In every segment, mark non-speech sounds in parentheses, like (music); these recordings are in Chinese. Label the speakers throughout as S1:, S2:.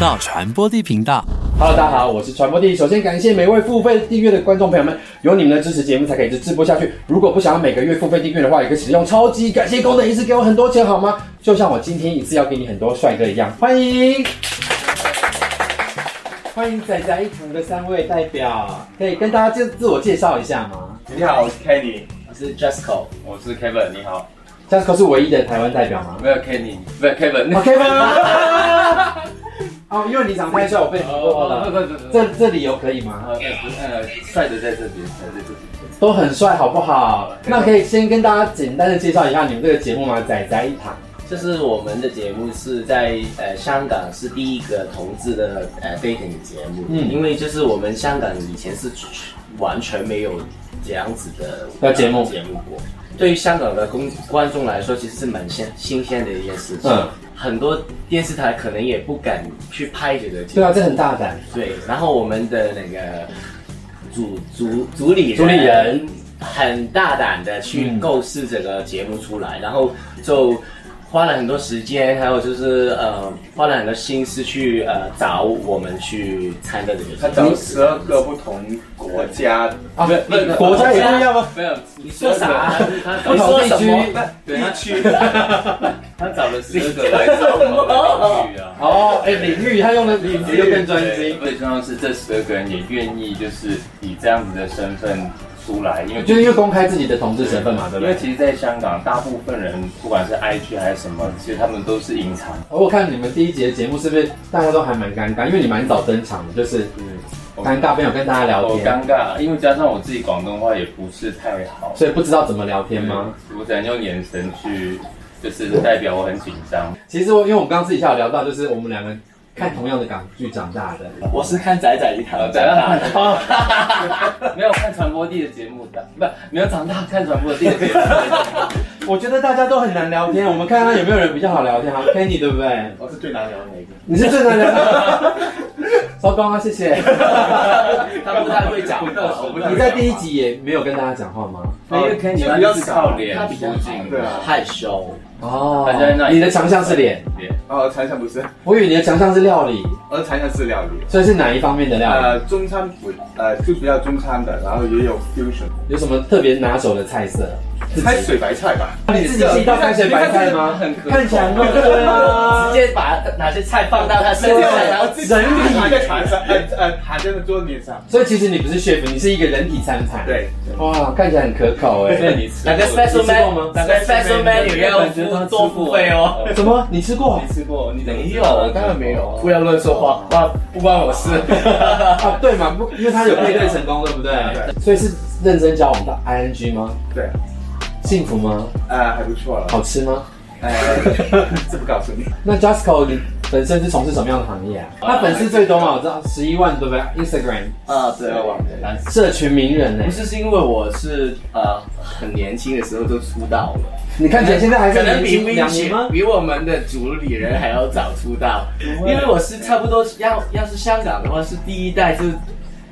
S1: 到传播地频道。
S2: Hello，大家好，我是传播弟。首先感谢每位付费订阅的观众朋友们，有你们的支持，节目才可以一直直播下去。如果不想要每个月付费订阅的话，也可以使用超级感谢功能，一次给我很多钱好吗？就像我今天一次要给你很多帅哥一样，欢迎。欢迎仔仔一族的三位代表，可以跟大家自自我介绍一下吗
S3: 你好，我是 Kenny，
S4: 我是 Jasco，
S3: 我是 Kevin，你好，
S2: ？Jasco 是唯一的台湾代表
S3: (laughs)
S2: 吗
S3: 没有 Kenny，不是 Kevin，啊
S2: ？OK 吗？哦，因为你长太帅，我被你过
S3: 哦，
S2: 了。
S3: 不不不不，
S2: 这这理由可以吗？
S3: 呃呃，帅的在这边，帅的在这边。
S2: 都很帅，好不好？那可以先跟大家简单的介绍一下你们这个节目吗？仔仔一堂，
S4: 就是我们的节目是在呃香港是第一个同志的呃 dating 节目，
S2: 嗯
S4: 因为就是我们香港以前是完全没有这样子的
S2: 的节目
S4: 节目过。对于香港的公观众来说，其实是蛮新新鲜的一件事情。
S2: 嗯
S4: 很多电视台可能也不敢去拍这个节
S2: 对
S4: 目。
S2: 啊，这很大胆，
S4: 对，然后我们的那个主主主理
S2: 主理人
S4: 很大胆的去
S2: 嗯
S4: 构思整个节目出来，然后就花了很多时间，还有就是呃花了很多心思去呃找我们去参加这个节目。
S3: 他找十二个不同国家
S2: 啊
S3: 不是不是
S2: 国家也不一样吗？
S3: 没有，
S4: 你说啥？他
S2: 不
S4: 你
S2: 同
S4: 说
S2: 地
S4: 什么？
S2: 区
S3: 对他去， (laughs) 他找了十二个来找我们去啊。
S2: 哦，哎，领域他用的领域又更专精，
S3: 最重要的是这十二个人也愿意就是以这样子的身份出来，因为
S2: 就是因为公开自己的同志身份嘛，对不
S3: 因为
S2: 对？
S3: 其实，在香港，大部分人不管是 IG 还是什么，其实他们都是隐藏。
S2: 我看你们第一集的节目是不是大家都还蛮尴尬，因为你蛮早登场的，就是尴尬没有跟大家聊
S3: 好
S2: 天，
S3: 嗯尴尬，因为加上我自己广东话也不是太好，
S2: 所以不知道怎么聊天吗？
S3: 我只能用眼神去，就是代表我很紧张。
S2: 其实我因为我们刚刚私底下有聊到，就是我们两个看同样的港剧长大的，
S4: 我是看仔仔一堂
S3: 呃，长大 (laughs) 没有看传播地的节目的，不没有长大看传播地的节目。
S2: 我觉得大家都很难聊天，我们看看有没有人比较好聊天，好 Kenny 对不对？
S4: 哦我是最难聊的那个。
S2: 你是最难聊 (laughs) 的，收工啊，谢谢。
S4: 他不太会讲话，我不太
S2: 你
S4: 会
S2: 在
S4: 讲话
S2: 第一集也没有跟大家讲话吗？
S3: 因为 Kenny 他就是靠脸
S4: 哦他比较
S3: 附近，
S5: 对啊
S4: 害羞。
S2: 哦
S3: 大家在那里
S2: 你的强项是脸，
S3: 脸
S5: 哦，猜一下不是，
S2: 我以为你的强项是料理，
S5: 呃，猜一下是料理，
S2: 所以是哪一方面的料理？
S5: 呃，中餐不，呃，就比较中餐的，然后也有 fusion，
S2: 有什么特别拿手的菜色？自
S5: 猜
S2: 己
S5: 水白菜吧，
S2: 你自己是一道开水白菜吗？
S3: 很可
S2: 看起来很对啊
S4: 直。接把哪些菜放到他身上，然后
S2: 人
S5: 含在
S2: 体，
S5: 船上，呃呃，含在桌面上，
S2: 所以其实你不是 chef，你是一个人体餐盘。，
S5: 对，
S2: 哇，看起来很可口
S3: 所以
S2: 哎。
S3: 你吃
S4: 哪个 special
S2: 你吃过吗
S4: man，哪个 special man 也要付多付费哦。
S2: 怎么？你吃过？
S3: 你吃过？你
S4: 没有，当然没有，不要乱说话，关不关我事？
S2: (laughs) 啊，对嘛，不，因为他有配对成功，对不对？所以是认真交往到 ing 吗？
S5: 对，
S2: 幸福吗？
S5: 呃，还不错了，
S2: 好吃吗？
S5: 呃，这不告诉你，
S2: 那 Jasco 你本身是从事什么样的行业啊？他粉丝最多嘛，我知道十一万对不对？Instagram
S4: (laughs) 啊，对
S5: 要往
S2: 社群名人呢、
S4: 不是是因为我是呃很年轻的时候就出道了，
S2: 你看起来现在还
S4: 可
S2: 是年
S4: 能比
S2: 轻
S4: Win
S2: 两年吗？
S4: 比我们的主理人还要早出道，因为我是差不多要要是香港的话是第一代，就是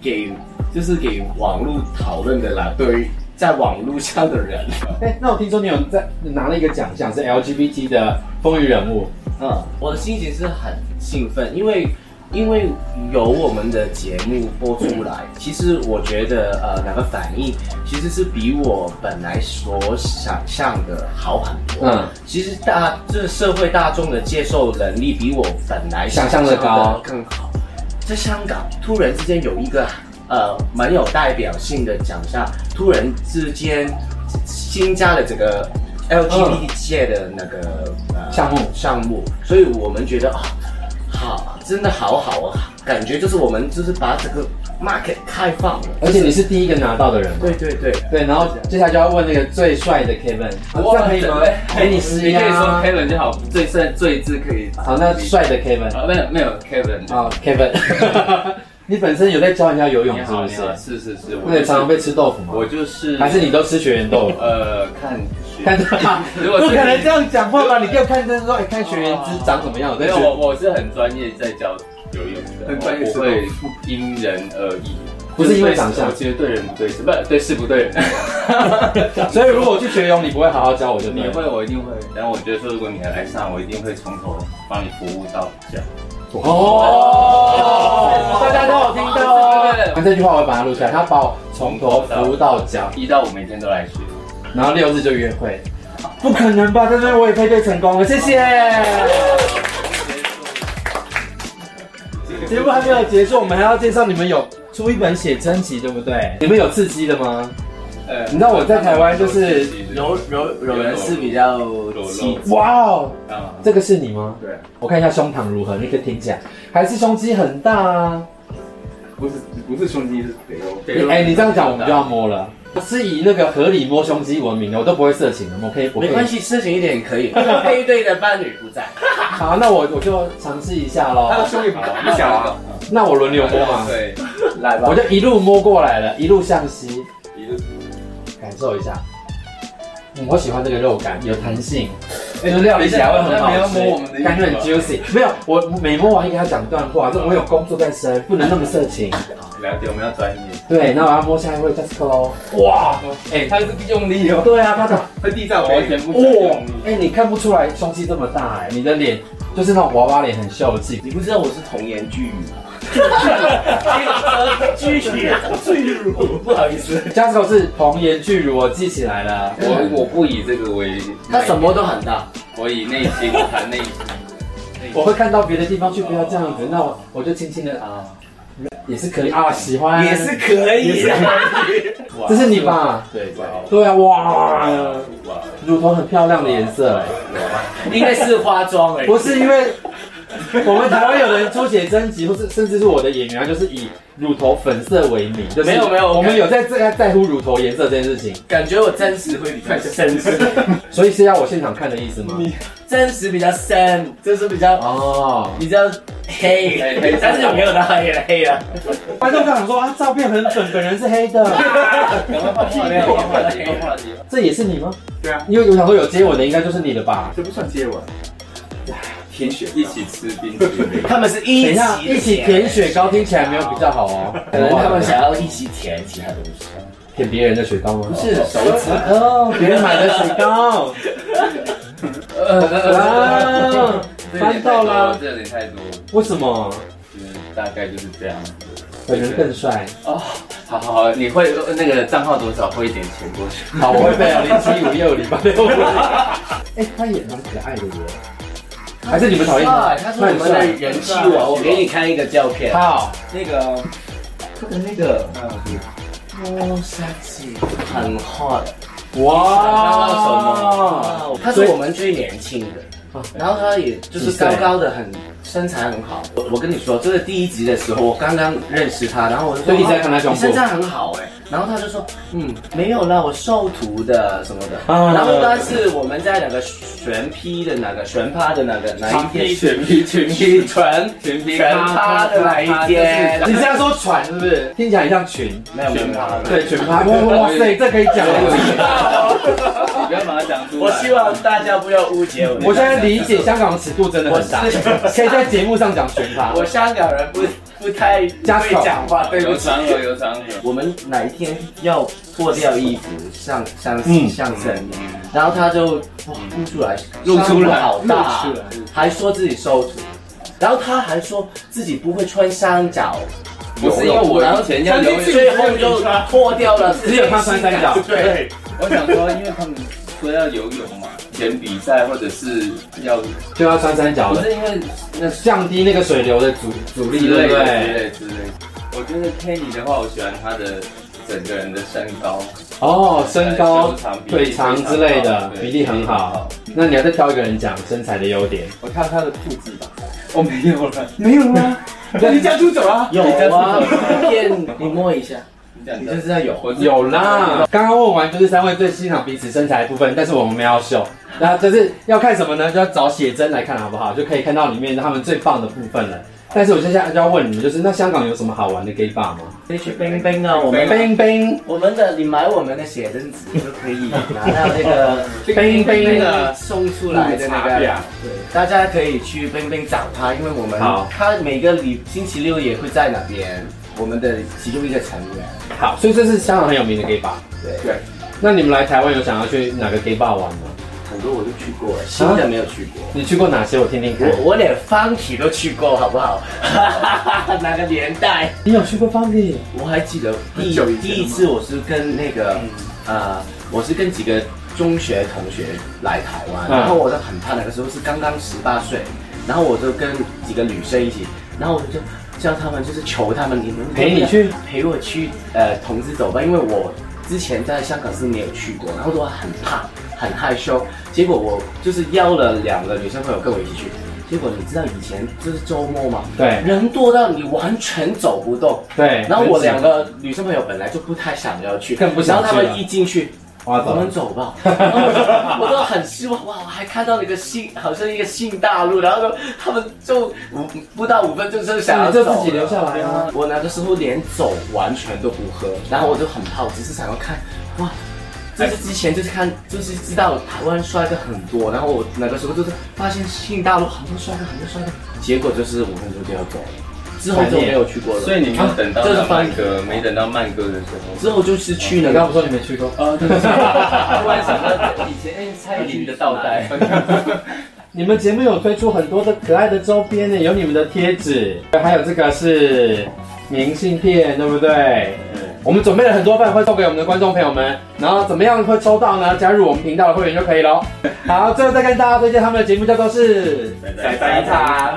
S4: 给就是给网络讨论的啦，对于在网络上的人，
S2: 哎、那我听说你有在拿了一个奖项，是 LGBT 的风云人物，
S4: 嗯，我的心情是很兴奋，因为因为有我们的节目播出来，其实我觉得呃那个反应其实是比我本来所想象的好很多。
S2: 嗯，
S4: 其实大这社会大众的接受能力比我本来
S2: 想象的高
S4: 更好。在香港突然之间有一个呃蛮有代表性的奖项，突然之间新加了这个
S2: 嗯
S4: LGBT 界的那个、呃
S2: 项目
S4: 项目，所以我们觉得啊、好，真的好好啊，感觉就是我们就是把整个 market 开放了。
S2: 而且你是第一个拿到的人嘛。
S4: 对对对，
S2: 对，然后接下来就要问那个最帅的 Kevin，、啊、这
S3: 哇
S2: 样可以吗？给你施
S3: 你可以说
S2: 压。啊
S3: Kevin 就好，最帅最字可以。
S2: 好，那帅的 Kevin，
S3: 啊，没有没有 Kevin，
S2: 啊，Kevin，你 (laughs) 本身有在教人家游泳
S3: 你
S2: 是不
S3: 好你
S2: 是？
S3: 好，是是是，我
S2: 那
S3: 就
S2: 你常常
S3: 是
S2: 被吃豆腐吗？
S3: 我就是
S2: 还是你都吃学员豆腐？
S3: 呃看学
S2: 看，
S3: (laughs) 如果
S2: (laughs) 不
S3: 是
S2: 可能这样讲话吧？你给我看真说，哎，看学员之长怎么样？我
S3: 没
S2: 在
S3: 有，
S2: 学，
S3: 我我是很专业在教游泳的，
S5: 很专业
S3: 我不会因人而异，
S2: 不是因为长相
S3: 我觉得对人不对事，不对事不对人。
S2: (laughs) 所以如果我去学泳，你不会好好教我就对
S3: 你
S2: 了。
S3: 会，我一定会。但我觉得说，如果你还来上，我一定会从头帮你服务到脚。
S2: 哦，大家都有听到
S3: (laughs) 对对
S2: 哦。
S3: 对
S2: 这句话我把它录下来，他把我从头服务到脚，
S3: 一到五每天都来学。
S2: 然后六日就约会，不可能吧？但是我也配对成功了，谢谢。节目还没有结束，我们还要介绍你们有出一本写真集，对不对？你们有刺激的吗？
S3: 呃
S2: 你知道我在台湾就是
S4: 柔柔柔人是比较细致，
S2: 哇哦，
S3: 啊，
S2: 这个是你吗？
S5: 对，
S2: 我看一下胸膛如何，你可以听起来，还是胸肌很大啊。
S5: 不是不是胸肌是肥肉，
S3: 对
S2: 哎、你这样讲我们就要摸了。我是以那个合理摸胸肌闻名的，我都不会色情的，我可以，我可
S4: 没
S2: 以。
S4: 关系，色情一点也可 (laughs) 以。配对的伴侣不在，
S2: 好，那我我就尝试一下喽
S5: 他。的胸也不不小啊，
S2: 那我轮流摸嘛，
S5: 对，
S4: 来吧
S2: 我，就一路摸过来了，一路向西，
S5: 一个
S2: 感受一下。嗯，我喜欢这个肉感，有弹性，就是料理起来会很好
S5: 那没有摸我们的
S2: 吃，
S5: 意思吗
S2: 感觉很 juicy。没有，我每摸完一给他讲段话，这我有工作在身，不能那么色情。
S5: 了解，我们要专业。
S2: 对，那我要摸下一位 Jessica 喽。哇，
S3: 哎，他是用力哦，
S2: 对啊，他的
S5: 他地上
S3: 完
S5: 完全
S3: 全不想
S2: 哇
S3: 用力，。
S2: 哎、你看不出来胸肌这么大哎、你的脸就是那种娃娃脸，很秀气。
S4: 你不知道我是童颜巨乳吗？
S3: 巨血，
S4: 巨乳，不好意思，
S2: Jessica 是童颜巨乳，我记起来了。
S3: 我我不以这个为，
S4: 他什么都很大，
S3: 我以内心谈内心。
S2: 我会看到别的地方去，不要这样子。
S4: 哦
S2: 那我我就轻轻的
S3: 啊，
S2: 也是可以啊，喜欢
S4: 也是，可以的。
S2: (laughs) 这是你吧？
S4: 对对，
S2: 对啊，哇，乳头很漂亮的颜色哎，
S4: 应该是化妆而已。
S2: 不是因为我们台湾有人出写真集，或是甚至是我的演员，就是以乳头粉色为名，就是
S4: 没有没有
S2: 我们有在在在乎乳头颜色这件事情，
S4: 感觉我真实会比 (laughs) 较深，
S2: 所以是要我现场看的意思吗？
S4: (laughs) 真实比较深，就是比较
S2: 哦，
S4: 比较黑
S3: 黑黑，
S4: 但是有没有到黑了黑了？
S2: 观众想说啊，照片很准，本人是黑
S4: (laughs)
S2: 的，
S3: 赶快换话题，换话题，换话题。
S2: 这也是你吗？
S5: 对啊，
S2: 因为我想说有接吻的应该就是你的吧？
S5: 这不算接吻，
S3: 舔血，一起吃冰淇淋。
S4: 他们是
S2: 等
S4: 一
S2: 一下，
S4: 起
S2: 一起舔雪糕听起来没有比较好哦，
S4: 可能他们想要一起舔其他东西，
S2: 舔别人的雪糕吗？
S4: 不是手指。
S2: 哦， (laughs) 别人买的雪 (laughs) 糕， (laughs) 啊，翻到啦！
S3: 这有点太多，
S2: 为什么？
S3: 就是大概就是这样。
S2: 本人更帅。
S3: 哦，好好好，你会那个账号多少汇一点钱过去？
S2: 好，我会背哦，零七五六零八六 (laughs) 哎，他也蛮可爱的耶。还是你们讨厌他？
S4: 他是我们的人气王，我给你看一个照片，
S2: 他好，
S4: 那个，他的那个，哦，沙琪很 hot，
S2: 哇，
S4: 哦他是我们最年轻的
S2: 啊，
S4: 然后他也就是高高的很，身材很好。我我跟你说，这个第一集的时候，我刚刚认识他，然后我就说，
S2: 就一直在看他
S4: 哦
S2: 胸部
S4: 你身材很好哎，然后他就说，嗯，没有啦，我瘦图的什么的。
S2: 啊
S4: 然后但是我们在那个悬批的那个悬趴的那个哪一天？
S3: 全批全
S4: 全全
S3: 全批
S4: 全趴的哪一天？
S2: 你这样说喘是不是？听起来很像群，
S4: 没有没有没有。
S2: 对群趴。哇哇塞，这可以讲了。
S3: 你不要把它讲出来。
S4: 我希望大家不要误解我。
S2: 我现在理解香港的尺度真的
S4: 我
S2: 很大，
S4: 是
S2: (laughs) 可以在节目上讲群趴。
S4: 我香港人不不太
S2: 加
S4: 会
S2: 口
S4: 讲话，对不
S3: 有
S4: 起。
S3: 场合有场合。
S4: 我们哪一天要脱掉衣服上上
S2: 嗯
S4: 上身，然后他就哇露出来，
S3: 露出来
S4: 好大
S3: 露出来，
S4: 还说自己收徒，然后他还说自己不会穿三角，
S3: 不是因为我
S4: 然后
S3: 以前要留言
S4: 最后就脱掉了， (laughs)
S2: 只有他穿三角
S4: 对，
S3: 我想说，因为他们说要游泳嘛，以前比赛或者是要，
S2: 就要穿三角
S3: 不
S2: 了，
S3: 是因为那
S2: 降低那个水流的阻阻力，
S3: 之
S2: 对
S3: 类
S2: 不
S3: 的之
S2: 对？
S3: 类之类的。我觉得 Kenny 的话，我喜欢他的整个人的身高，
S2: 哦，身高
S3: 呃、修长比例
S2: 腿长之类的
S3: 对
S2: 比例很好。那你要再挑一个人讲身材的优点，
S5: 我看他的腹肌吧，
S3: 我没有了，
S5: 没有吗？离家出走啊！
S4: 有啊
S3: 你这，
S4: 骗你摸一下，
S3: 你讲
S4: 你
S3: 的
S4: 就知道有。
S3: 我
S2: 有啦。刚刚问完就是三位最欣赏彼此身材的部分，但是我们没有秀，那就是要看什么呢？就要找写真来看好不好？就可以看到里面他们最棒的部分了。但是我现在就要问你们，就是那香港有什么好玩的 gay bar 吗？
S4: 可以去冰冰啊，我们
S2: 冰冰
S4: 我们的你买我们的写真纸就可以拿到那个
S2: (laughs) 冰
S4: 那
S2: 冰
S4: 个送出来的那个，对，大家可以去冰冰找他，因为我们
S2: 好
S4: 他每个礼星期六也会在那边，我们的其中一个成员。
S2: 好，所以这是香港很有名的 gay bar。
S4: 对
S5: 对，
S2: 那你们来台湾有想要去哪个 gay bar 玩吗？
S5: 我
S4: 很多我都去过，新的没有去过。
S2: 你去过哪些？我听听看。
S4: 我我连 funky 都去过，好不好？ (laughs) 哪个年代？
S2: 你有去过方迪？
S4: 我还记得第
S5: 很久以前了吗嗯
S4: 第一次我是跟那个呃，我是跟几个中学同学来台湾，
S2: 嗯
S4: 然后我就很怕那个时候是刚刚十八岁，然后我就跟几个女生一起，然后我就叫他们就是求他们，你们
S2: 陪你去
S4: 陪我去呃同志走吧，因为我之前在香港是没有去过，然后我很怕很害羞，结果我就是邀了两个女生朋友跟我一起去。结果你知道以前就是周末嘛，
S2: 对
S4: 人多到你完全走不动，
S2: 对，
S4: 然后我
S2: 很紧
S4: 两个女生朋友本来就不太想要去，
S2: 更不想去
S4: 然后他们一进去，
S2: 哇
S4: 我们走
S2: (laughs)
S4: 吧，然后我就我都很失望，哇，我还看到一个新，好像一个新大陆，然后他们就五不到五分钟就想要
S2: 你就
S4: 走
S2: 自
S4: 了，
S2: 己留下来啊。
S4: 我那个时候连走完全都不喝，然后我就很怕，我只是想要看，啊哇。就是之前就是看，就是知道台湾帅哥很多，然后我那个时候就是发现新大陆很多帅哥，很多帅哥，结果就是五分钟就要走了，之后就没有去过了。
S3: 所以你没有等到
S4: 这是
S3: 那
S4: 翻
S3: 慢歌，没等到慢歌的时候。
S4: 之后就是去那
S2: 你刚不
S4: 个
S2: 说你没去过？呃
S3: 啊，对不起，突然想到以前哎蔡依林的倒带，
S2: 你们节目有推出很多的可爱的周边呢，有你们的贴纸，还有这个是明信片，对不对？嗯我们准备了很多份会送给我们的观众朋友们，然后怎么样会抽到呢？加入我们频道的会员就可以喽。好，最后再跟大家推荐他们的节目叫做是
S5: 拜拜堂。